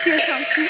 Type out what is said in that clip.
听。